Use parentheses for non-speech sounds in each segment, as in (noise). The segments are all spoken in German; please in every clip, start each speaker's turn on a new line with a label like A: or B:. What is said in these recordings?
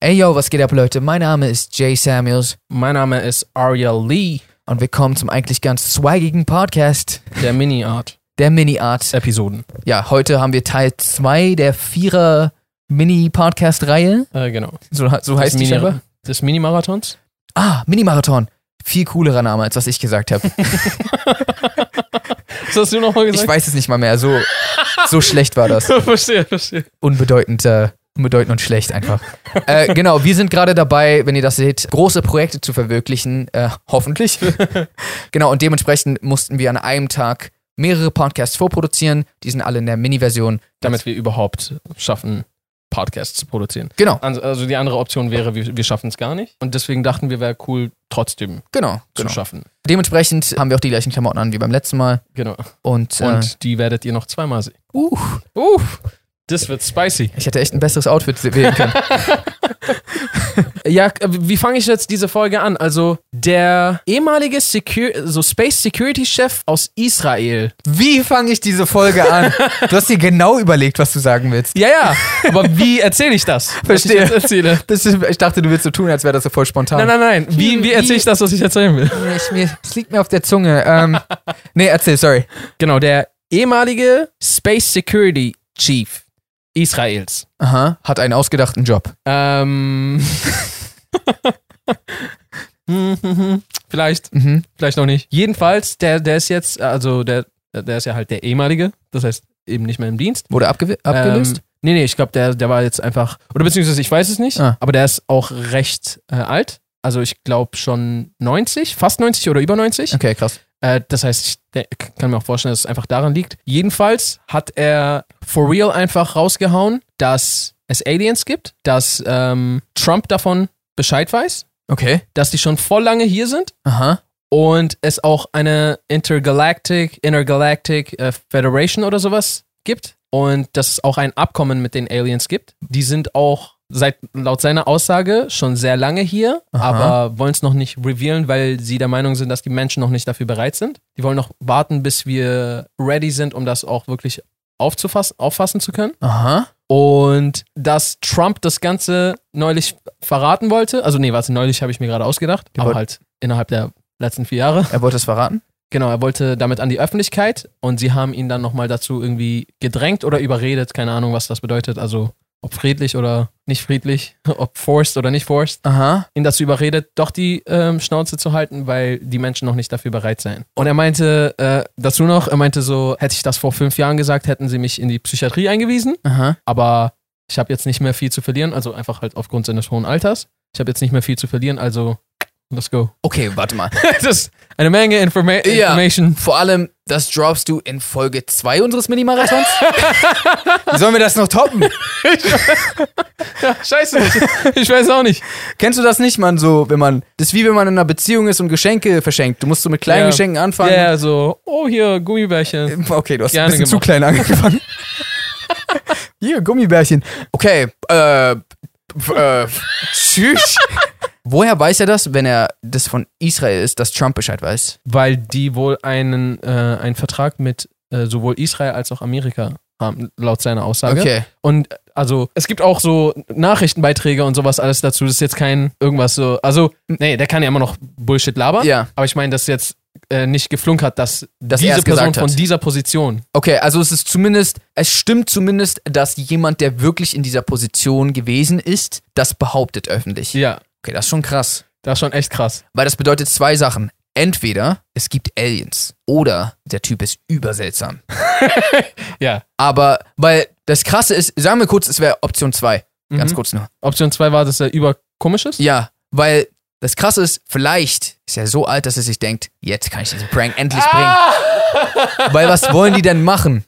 A: Ey yo, was geht ab Leute? Mein Name ist Jay Samuels
B: Mein Name ist Arya Lee,
A: und willkommen zum eigentlich ganz swagigen Podcast
B: der Mini-Art.
A: der Mini Art.
B: Episoden.
A: Ja, heute haben wir Teil 2 der Vierer Mini Podcast Reihe.
B: Äh, genau.
A: So, so heißt die
B: Mini-
A: scheinbar.
B: Des Mini-Marathons?
A: Ah, Mini Marathon. Viel coolerer Name, als was ich gesagt habe.
B: Das hast du nochmal
A: Ich
B: gesagt?
A: weiß es nicht mal mehr. So, so schlecht war das.
B: (laughs) verstehe, verstehe.
A: unbedeutend, äh, unbedeutend und schlecht einfach. äh, genau, wir sind gerade dabei, wenn ihr das seht, große Projekte zu verwirklichen, äh, hoffentlich. genau, und dementsprechend mussten wir an einem Tag mehrere Podcasts vorproduzieren. Die sind alle in der Mini-Version.
B: Damit wir überhaupt schaffen, Podcasts zu produzieren.
A: Genau,
B: Also- Also die andere Option wäre, wir, wir schaffen es gar nicht. Und deswegen dachten wir, wäre cool, trotzdem
A: genau,
B: zu
A: genau.
B: schaffen.
A: Dementsprechend haben wir auch die gleichen Klamotten an wie beim letzten Mal.
B: Genau.
A: Und, äh,
B: Und die werdet ihr noch zweimal sehen.
A: uh,
B: Uff, das wird spicy.
A: ich hätte echt ein besseres Outfit wählen können.
B: Ja, äh, wie fange ich jetzt diese Folge an? Also, der ehemalige Secu- so Space Security Chef aus Israel.
A: Wie fange ich diese Folge (laughs) an? Du hast dir genau überlegt, was du sagen willst.
B: Ja, ja, aber wie erzähle ich das? was ich
A: Verstehe.
B: jetzt erzähle.
A: Das ist, ich dachte, du willst so tun, als wäre das so voll spontan.
B: Nein, nein, nein. Wie, wie erzähle ich das, was ich erzählen will?
A: Ich, mir, es liegt mir auf der Zunge. (laughs) Ähm, nee, erzähl, sorry.
B: Genau, der ehemalige Space Security Chief Israels.
A: Aha, hat einen ausgedachten Job.
B: Ähm. (laughs) vielleicht,
A: Mhm.
B: vielleicht noch nicht. Jedenfalls, der, der ist jetzt, also der, der ist ja halt der ehemalige, das heißt eben nicht mehr im Dienst.
A: Wurde abge abgelöst?
B: Ähm, nee, nee, ich glaube, der, der war jetzt einfach, oder beziehungsweise ich weiß es nicht,
A: Ah.
B: aber der ist auch recht äh, alt. Also ich glaube schon 90, fast 90 oder über 90.
A: Ähm, okay, krass.
B: Äh, das heißt, ich de- kann mir auch vorstellen, dass es einfach daran liegt. Jedenfalls hat er for real einfach rausgehauen, dass es Aliens gibt, dass ähm, Trump davon Bescheid weiß,
A: Okay.
B: dass die schon voll lange hier sind
A: Aha.
B: und es auch eine Intergalactic, Intergalactic äh, Federation oder sowas gibt und dass es auch ein Abkommen mit den Aliens gibt. Die sind auch seit laut seiner Aussage schon sehr lange hier,
A: Aha.
B: aber wollen es noch nicht revealen, weil sie der Meinung sind, dass die Menschen noch nicht dafür bereit sind. Die wollen noch warten, bis wir ready sind, um das auch wirklich aufzufassen, auffassen zu können.
A: Aha.
B: Und dass Trump das Ganze neulich verraten wollte, also nee, warte, neulich habe ich mir gerade ausgedacht,
A: Wir
B: aber
A: wollten-
B: halt innerhalb der letzten vier Jahre.
A: Er wollte es verraten?
B: Genau, er wollte damit an die Öffentlichkeit und sie haben ihn dann nochmal dazu irgendwie gedrängt oder überredet, keine Ahnung, was das bedeutet, also ob friedlich oder nicht friedlich, (laughs) ob forced oder nicht forced,
A: Aha.
B: ihn dazu überredet, doch die ähm, Schnauze zu halten, weil die Menschen noch nicht dafür bereit seien. Und er meinte äh, dazu noch, er meinte so, hätte ich das vor fünf Jahren gesagt, hätten sie mich in die Psychiatrie eingewiesen
A: Aha.
B: aber ich habe jetzt nicht mehr viel zu verlieren, also einfach halt aufgrund seines hohen Alters. Ich habe jetzt nicht mehr viel zu verlieren, also let's go. (laughs)
A: Okay, warte mal.
B: das ist eine Menge Informa
A: Ja.
B: Information.
A: Vor allem, das droppst du in Folge 2 unseres Mini-Marathons? Wie (laughs) sollen wir das noch toppen?
B: Scheiße, (laughs) ich weiß auch nicht.
A: Kennst du das nicht, man, so, wenn man, das ist wie wenn man in einer Beziehung ist und Geschenke verschenkt. Du musst so mit kleinen
B: Ja.
A: Geschenken
B: Ja,
A: anfangen.
B: ja, so, oh hier, Gummibärchen.
A: (laughs) Okay, du hast
B: Gerne
A: ein bisschen zu
B: gemacht.
A: klein
B: (laughs)
A: angefangen. Hier, Gummibärchen. Okay, äh, f- äh, tschüss. Woher weiß er das, wenn er das von Israel ist, dass Trump Bescheid weiß?
B: Weil die wohl einen, äh, einen Vertrag mit äh, sowohl Israel als auch Amerika haben, laut seiner Aussage.
A: Okay.
B: Und äh, also, es gibt auch so Nachrichtenbeiträge und sowas alles dazu. Das ist jetzt kein irgendwas so. Also, nee, der kann ja immer noch Bullshit labern.
A: Ja.
B: Aber ich meine, dass jetzt äh, nicht geflunkert, dass
A: Dass er
B: diese
A: es
B: Person
A: gesagt hat.
B: von dieser Position.
A: Okay, also es ist zumindest, es stimmt zumindest, dass jemand, der wirklich in dieser Position gewesen ist, das behauptet öffentlich.
B: Ja,
A: Okay, das ist schon krass.
B: das ist schon echt krass.
A: Weil das bedeutet zwei Sachen. Entweder es gibt Aliens oder der Typ ist überseltsam.
B: Ja.
A: Aber, weil das Krasse ist, sagen wir kurz, es wäre Option 2. Ganz
B: Mhm.
A: kurz nur.
B: Option 2 war, dass er überkomisch ist.
A: Ja, weil das Krasse ist, vielleicht ist er so alt, dass er sich denkt, jetzt kann ich diesen Prank endlich bringen. Weil was wollen die denn machen?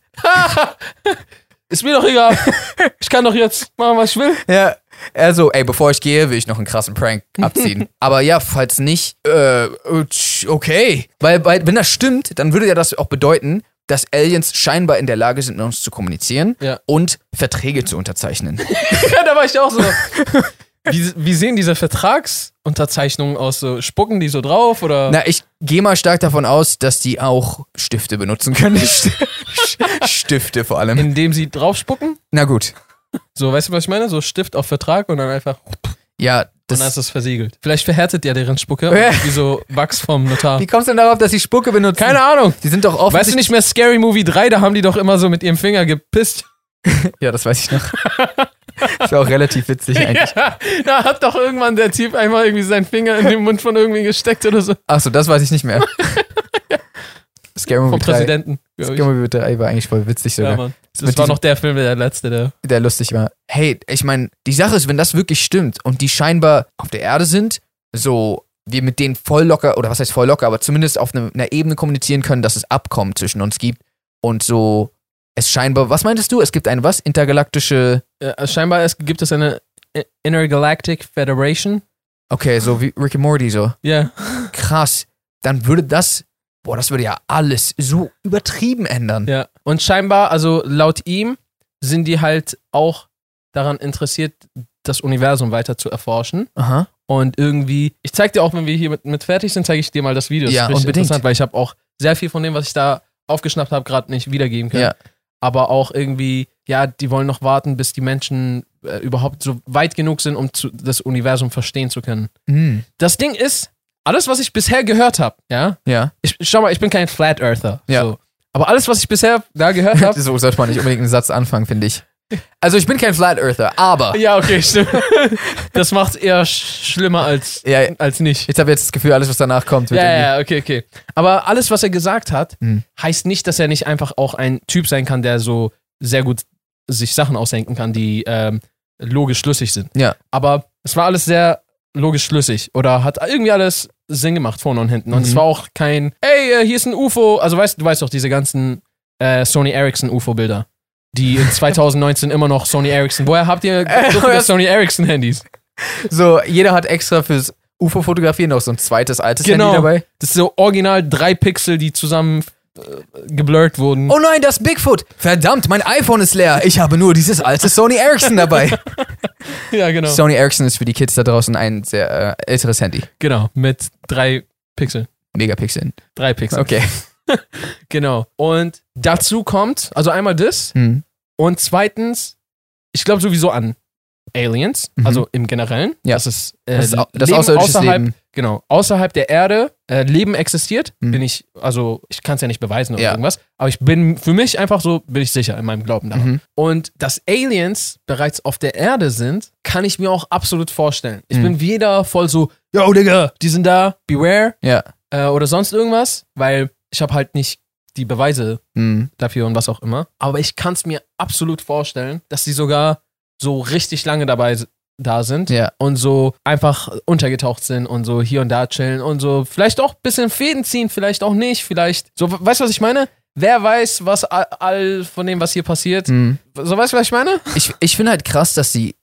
B: Ist mir doch egal. ich kann doch jetzt machen, was ich will.
A: Ja, also, ey, bevor ich gehe, will ich noch einen krassen
B: (laughs)
A: Prank abziehen. Aber ja, falls nicht, äh, tsch, okay. Weil, weil, wenn das stimmt, dann würde ja das auch bedeuten, dass Aliens scheinbar in der Lage sind, mit uns zu kommunizieren
B: Ja.
A: und Verträge zu unterzeichnen.
B: ja, da war ich auch so. (laughs) Wie, wie sehen diese Vertragsunterzeichnungen aus? So, spucken die so drauf oder?
A: Na, ich gehe mal stark davon aus, dass die auch Stifte benutzen
B: (laughs)
A: können. St- Stifte vor allem.
B: Indem sie draufspucken?
A: Na gut.
B: So, weißt du, was ich meine? So Stift auf Vertrag und dann einfach.
A: Ja,
B: Und dann
A: das.
B: ist es versiegelt. Vielleicht verhärtet ja deren Spucke
A: Ja.
B: und wie so Wachs vom Notar.
A: Wie kommst du denn darauf, dass sie Spucke benutzen?
B: Keine Ahnung.
A: Die sind doch
B: Weißt du
A: offensichtlich.
B: nicht mehr Scary Movie 3, da haben die doch immer so mit ihrem Finger gepisst.
A: Ja, das weiß ich noch. (laughs) das war auch relativ
B: (laughs)
A: witzig eigentlich.
B: (laughs) Ja, da hat doch irgendwann der Typ einmal irgendwie seinen Finger in den Mund von irgendwie gesteckt oder so.
A: Achso, das weiß ich nicht
B: (laughs)
A: mehr. Scary Movie
B: Vom
A: 3.
B: Präsidenten. glaub ich.
A: Scary Movie 3 war eigentlich voll witzig sogar.
B: Ja, Mann. Das
A: Mit
B: war
A: diesem-
B: noch der Film, der letzte, der.
A: der lustig war. Hey, ich meine, die Sache ist, wenn das wirklich stimmt und die scheinbar auf der Erde sind, so wir mit denen voll locker, oder was heißt voll locker, aber zumindest auf ne- einer Ebene kommunizieren können, dass es Abkommen zwischen uns gibt und so es scheinbar, was meintest du? Es gibt eine was? Intergalaktische,
B: Äh, scheinbar es, gibt es eine I- Intergalactic Federation.
A: okay, so wie Rick and Morty so.
B: Ja.
A: Krass. Dann würde das, boah, das würde ja alles so übertrieben ändern.
B: ja. Und scheinbar, also laut ihm, sind die halt auch daran interessiert, das Universum weiter zu erforschen.
A: Aha.
B: Und irgendwie, ich zeig dir auch, wenn wir hier mit, mit fertig sind, zeige ich dir mal das Video. Das
A: Ja,
B: ist richtig
A: unbedingt.
B: interessant, weil ich habe auch sehr viel von dem, was ich da aufgeschnappt habe, gerade nicht wiedergeben können.
A: Ja.
B: Aber auch irgendwie, ja, die wollen noch warten, bis die Menschen äh, überhaupt so weit genug sind, um zu, das Universum verstehen zu können.
A: Hm.
B: Das Ding ist, alles, was ich bisher gehört habe, ja,
A: Ja.
B: ich, schau mal, ich bin kein Flat Earther.
A: Ja.
B: So. Aber alles, was ich bisher da gehört
A: (laughs)
B: habe.
A: So sollte man nicht unbedingt einen Satz anfangen, finde ich. Also ich bin kein Flat Earther, aber
B: ja, okay, stimmt. das macht's eher sch schlimmer als,
A: ja,
B: als nicht.
A: Jetzt habe ich jetzt das Gefühl, alles, was danach kommt, wird
B: Ja,
A: irgendwie.
B: ja, okay, okay. Aber alles, was er gesagt hat,
A: Mhm.
B: heißt nicht, dass er nicht einfach auch ein Typ sein kann, der so sehr gut sich Sachen ausdenken kann, die ähm, logisch schlüssig sind.
A: Ja.
B: Aber es war alles sehr logisch schlüssig oder hat irgendwie alles Sinn gemacht vorne und hinten. Und
A: Mhm.
B: es war auch kein, ey, äh, hier ist ein UFO. Also weißt du, du weißt doch, diese ganzen äh, Sony Ericsson UFO-Bilder. Die
A: (laughs)
B: in 2019 immer noch Sony Ericsson. Woher habt ihr
A: Äh,
B: so viele
A: woher-
B: Sony Ericsson-Handys?
A: So, jeder hat extra fürs UFO-Fotografieren noch so ein zweites altes
B: Genau.
A: Handy dabei.
B: Das ist so original drei Pixel, die zusammen äh, geblurrt wurden.
A: Oh nein, das Bigfoot! Verdammt, mein iPhone ist leer. Ich habe nur dieses
B: (laughs)
A: alte Sony Ericsson dabei.
B: Ja, genau.
A: Sony Ericsson ist für die Kids da draußen ein sehr äh, älteres Handy.
B: Genau, mit drei Pixeln.
A: Megapixeln.
B: Drei Pixel.
A: Okay.
B: Genau. Und dazu kommt, also einmal das
A: Hm.
B: und zweitens, ich glaube sowieso an Aliens,
A: Mhm.
B: also im Generellen.
A: Ja.
B: Das ist äh,
A: Das, ist au- das
B: Leben
A: außerirdische
B: außerhalb,
A: Leben.
B: Genau, außerhalb der Erde äh, Leben existiert,
A: Mhm.
B: bin ich, also ich kann es ja nicht beweisen oder
A: Ja.
B: irgendwas, aber ich bin für mich einfach so, bin ich sicher in meinem Glauben daran.
A: Mhm.
B: Und dass Aliens bereits auf der Erde sind, kann ich mir auch absolut vorstellen. Ich
A: Mhm.
B: bin weder voll so, yo Digga, die sind da, beware,
A: Ja.
B: äh, oder sonst irgendwas, weil ich habe halt nicht die Beweise
A: Hm.
B: dafür und was auch immer. Aber ich kann es mir absolut vorstellen, dass die sogar so richtig lange dabei s- da sind
A: Ja.
B: und so einfach untergetaucht sind und so hier und da chillen und so vielleicht auch ein bisschen Fäden ziehen, vielleicht auch nicht, vielleicht so, we- weißt du, was ich meine? Wer weiß, was all, all von dem, was hier passiert.
A: Hm.
B: So weißt du, was ich meine?
A: Ich, ich finde halt krass, dass sie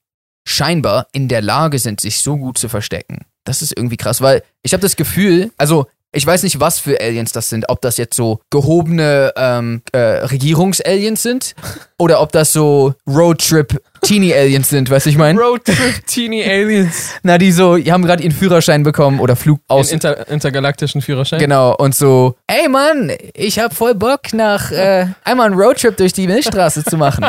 A: scheinbar in der Lage sind, sich so gut zu verstecken. Das ist irgendwie krass, weil ich habe das Gefühl, also ich weiß nicht, was für Aliens das sind, ob das jetzt so gehobene ähm, äh, Regierungs-Aliens sind oder ob das so Roadtrip-Teenie-Aliens sind, weißt du, ich meine?
B: (laughs) Road Trip Teeny Aliens.
A: Na, die so, die haben gerade ihren Führerschein bekommen oder Flug aus.
B: Aus Inter intergalaktischen Führerschein.
A: Genau, und so, ey Mann, ich hab voll Bock, nach äh, einmal einen Roadtrip durch die Milchstraße zu machen.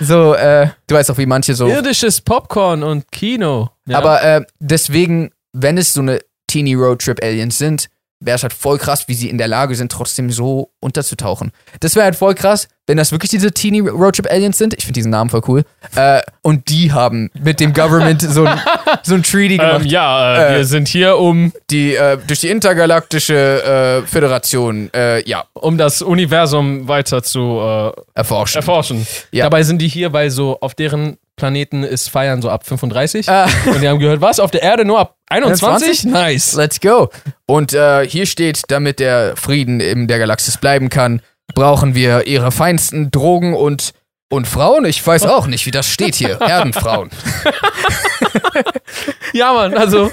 A: So, äh, du weißt auch, wie manche so
B: Irdisches Popcorn und Kino. Ja.
A: Aber äh, deswegen, wenn es so eine Teeny Roadtrip Aliens sind, wäre es halt voll krass, wie sie in der Lage sind, trotzdem so unterzutauchen. Das wäre halt voll krass, wenn das wirklich diese Teeny Roadtrip Aliens sind. Ich finde diesen Namen voll cool. Äh, und die haben mit dem Government so ein, so ein Treaty gemacht,
B: Ähm, ja,
A: äh, wir
B: sind hier, um,
A: die äh, durch die intergalaktische äh, Föderation äh, ja
B: um das Universum weiter zu äh,
A: erforschen.
B: erforschen.
A: Ja.
B: Dabei sind die hier, weil so auf deren Planeten ist Feiern so ab 35.
A: Ah.
B: Und die haben gehört, was? Auf der Erde nur ab 21? Nice.
A: Let's go. Und äh, hier steht, damit der Frieden in der Galaxis bleiben kann, brauchen wir ihre feinsten Drogen und, und Frauen. Ich weiß auch nicht, wie das steht (laughs) hier. Erdenfrauen.
B: Ja,
A: (laughs)
B: Mann, also.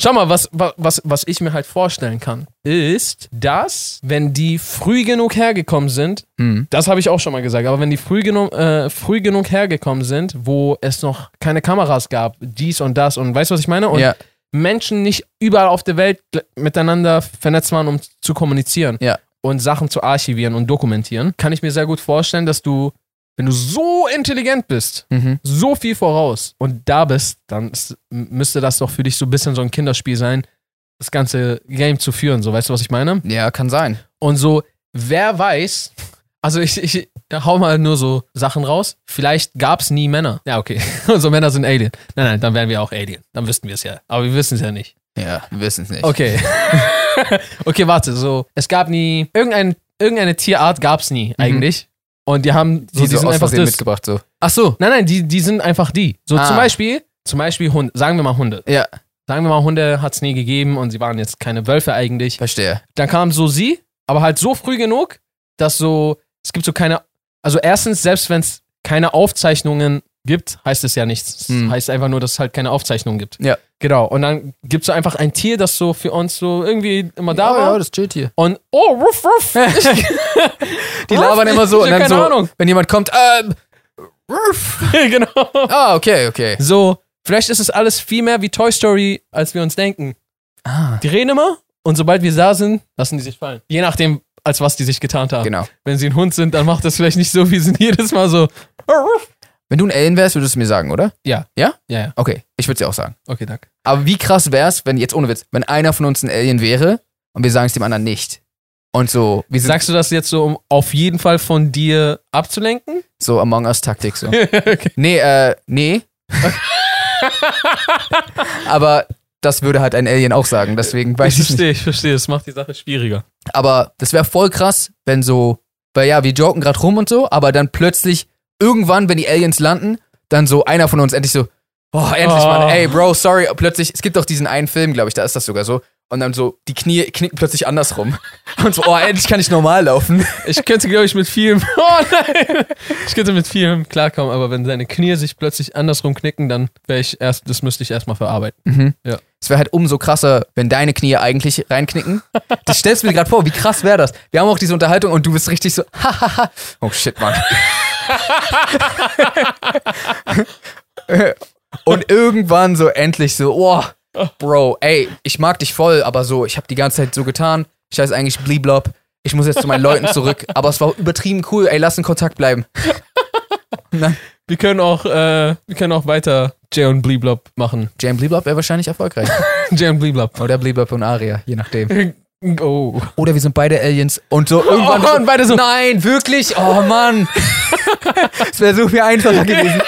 B: Schau mal, was, wa- was, was ich mir halt vorstellen kann, ist, dass, wenn die früh genug hergekommen sind,
A: Hm.
B: Das habe ich auch schon mal gesagt. Aber wenn die früh genug, äh, früh genug hergekommen sind, wo es noch keine Kameras gab, dies und das und weißt du, was ich meine? Und
A: Ja.
B: Menschen nicht überall auf der Welt gl- miteinander vernetzt waren, um zu kommunizieren
A: Ja.
B: und Sachen zu archivieren und dokumentieren, kann ich mir sehr gut vorstellen, dass du wenn du so intelligent bist,
A: Mhm.
B: so viel voraus und da bist, dann ist, m- müsste das doch für dich so ein bisschen so ein Kinderspiel sein, das ganze Game zu führen. So, weißt du, was ich meine?
A: Ja, kann sein.
B: Und so, wer weiß, (laughs) also ich, ich hau mal nur so Sachen raus. Vielleicht gab's nie Männer. Ja, okay. (laughs) Also Männer sind Alien. Nein, nein, dann wären wir auch Alien. Dann wüssten wir es ja. Aber wir wissen es ja nicht.
A: Ja, wir wissen es nicht.
B: Okay. okay, (laughs) warte. So, es gab nie. Irgendein, irgendeine Tierart gab's
A: Mhm.
B: nie, eigentlich. Und die haben so,
A: Die,
B: die,
A: so
B: sind
A: aus
B: einfach
A: Versehen
B: das.
A: mitgebracht, so.
B: Ach so, nein, nein, die, die sind einfach die. So
A: Ah.
B: zum Beispiel, zum Beispiel Hunde. Sagen wir mal Hunde.
A: Ja,
B: Sagen wir mal, Hunde hat's nie gegeben und sie waren jetzt keine Wölfe eigentlich
A: verstehe.
B: dann kam so sie, aber halt so früh genug, dass so, es gibt so keine, also erstens, selbst wenn es keine Aufzeichnungen gibt, heißt es ja nichts.
A: Hm.
B: Es heißt einfach nur, dass es halt keine Aufzeichnungen gibt.
A: Ja.
B: Genau. Und dann gibt es so einfach ein Tier, das so für uns so irgendwie immer da
A: Ja,
B: war.
A: ja, das chillt hier.
B: Und oh, ruff,
A: (laughs)
B: ruff.
A: Die labern immer so
B: Ich
A: und
B: hab
A: dann
B: keine
A: so,
B: Ahnung.
A: wenn jemand kommt, ähm, ruff.
B: (laughs) genau.
A: Ah, okay, okay.
B: So, vielleicht ist es alles viel mehr wie Toy Story, als wir uns denken.
A: Ah,
B: Die reden immer und sobald wir da sind, lassen die sich fallen. Je nachdem, als was die sich getarnt haben.
A: genau.
B: wenn sie ein Hund sind, dann macht das vielleicht nicht so, wie sie (laughs) sind jedes Mal so.
A: Wenn du ein Alien wärst, würdest du es mir sagen, oder?
B: Ja.
A: Ja?
B: Ja, ja.
A: Okay, ich würde es dir auch sagen.
B: Okay, danke.
A: Aber wie krass wär's, wenn, jetzt ohne Witz, wenn einer von uns ein Alien wäre und wir sagen es dem anderen nicht. Und so, wie
B: Sagst du das jetzt so, um auf jeden Fall von dir abzulenken?
A: so Among Us-Taktik so.
B: (laughs)
A: (laughs)
B: okay.
A: Nee, äh, nee. Aber das würde halt ein Alien auch sagen, deswegen
B: Ich
A: weiß ich nicht.
B: verstehe, ich verstehe. Das macht die Sache schwieriger.
A: Aber das wäre voll krass, wenn so, weil ja, wir joken gerade rum und so, aber dann plötzlich irgendwann, wenn die Aliens landen, dann so einer von uns endlich so, oh, endlich,
B: Oh.
A: Mann, ey, Bro, sorry, plötzlich, es gibt doch diesen einen Film, glaube ich, da ist das sogar so. Und dann so, die Knie knicken plötzlich andersrum. (laughs) Und so, oh, endlich kann ich normal laufen.
B: Ich könnte, glaube ich, mit vielem. (laughs) Oh nein! Ich könnte mit vielem klarkommen, aber wenn seine Knie sich plötzlich andersrum knicken, dann wäre ich erst, das müsste ich erstmal verarbeiten.
A: Es wäre halt umso krasser, wenn deine Knie eigentlich reinknicken. Das stellst du mir gerade vor, wie krass wäre das? Wir haben auch diese Unterhaltung und du bist richtig so, hahaha. oh shit, Mann. (laughs) und irgendwann so endlich so, oh, Bro, ey, ich mag dich voll, aber so, ich habe die ganze Zeit so getan. Ich heiße eigentlich Bliblob. Ich muss jetzt zu meinen Leuten zurück. Aber es war übertrieben cool, ey, lass in Kontakt bleiben.
B: Wir können auch, äh, wir können auch weiter Jay und Bleeblob machen. (laughs)
A: Jam Bliblob wäre wahrscheinlich erfolgreich.
B: Jay und Bleeblob.
A: Oder Bliblob und Aria, je nachdem.
B: Oh.
A: Oder wir sind beide Aliens und
B: (laughs)
A: so irgendwann.
B: Oh, und beide so-
A: Nein, wirklich? Oh
B: (laughs)
A: Mann. Es wäre so viel einfacher gewesen.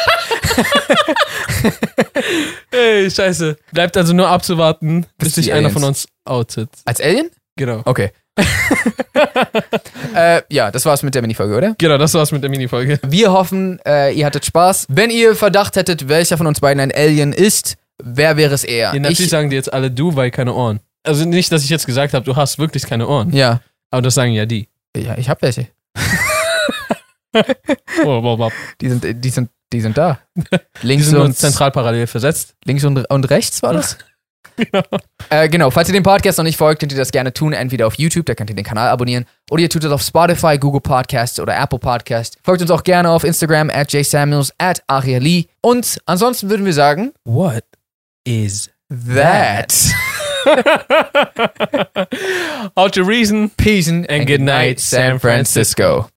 B: Ey, scheiße. Bleibt also nur abzuwarten, bis
A: die
B: sich einer
A: Aliens-
B: von uns outet.
A: Als Alien?
B: Genau.
A: Okay. (laughs) äh, ja, das war's mit der Minifolge, oder?
B: Genau, das war's mit der Minifolge.
A: Wir hoffen, äh, ihr hattet Spaß. Wenn ihr Verdacht hättet, welcher von uns beiden ein Alien ist, wer wäre es eher?
B: Ja, natürlich sagen die jetzt alle du, weil keine Ohren. Also nicht, dass ich jetzt gesagt habe, du hast wirklich keine Ohren.
A: ja.
B: Aber das sagen ja die.
A: ja, ich hab welche.
B: Oh, wow, wow.
A: Die sind, die sind, die sind da.
B: (laughs) Die
A: Links
B: sind nur
A: und
B: zentral parallel versetzt.
A: Links und, und rechts war das? genau. Äh, genau, falls ihr dem Podcast noch nicht folgt, könnt ihr das gerne tun. Entweder auf YouTube, da könnt ihr den Kanal abonnieren, oder ihr tut es auf Spotify, Google Podcasts oder Apple Podcasts. Folgt uns auch gerne auf Instagram, at jsamuels, at Aria Lee. Und ansonsten würden wir sagen,
B: What is
A: that.
B: How to reason?
A: Peace and,
B: And good night, San Francisco.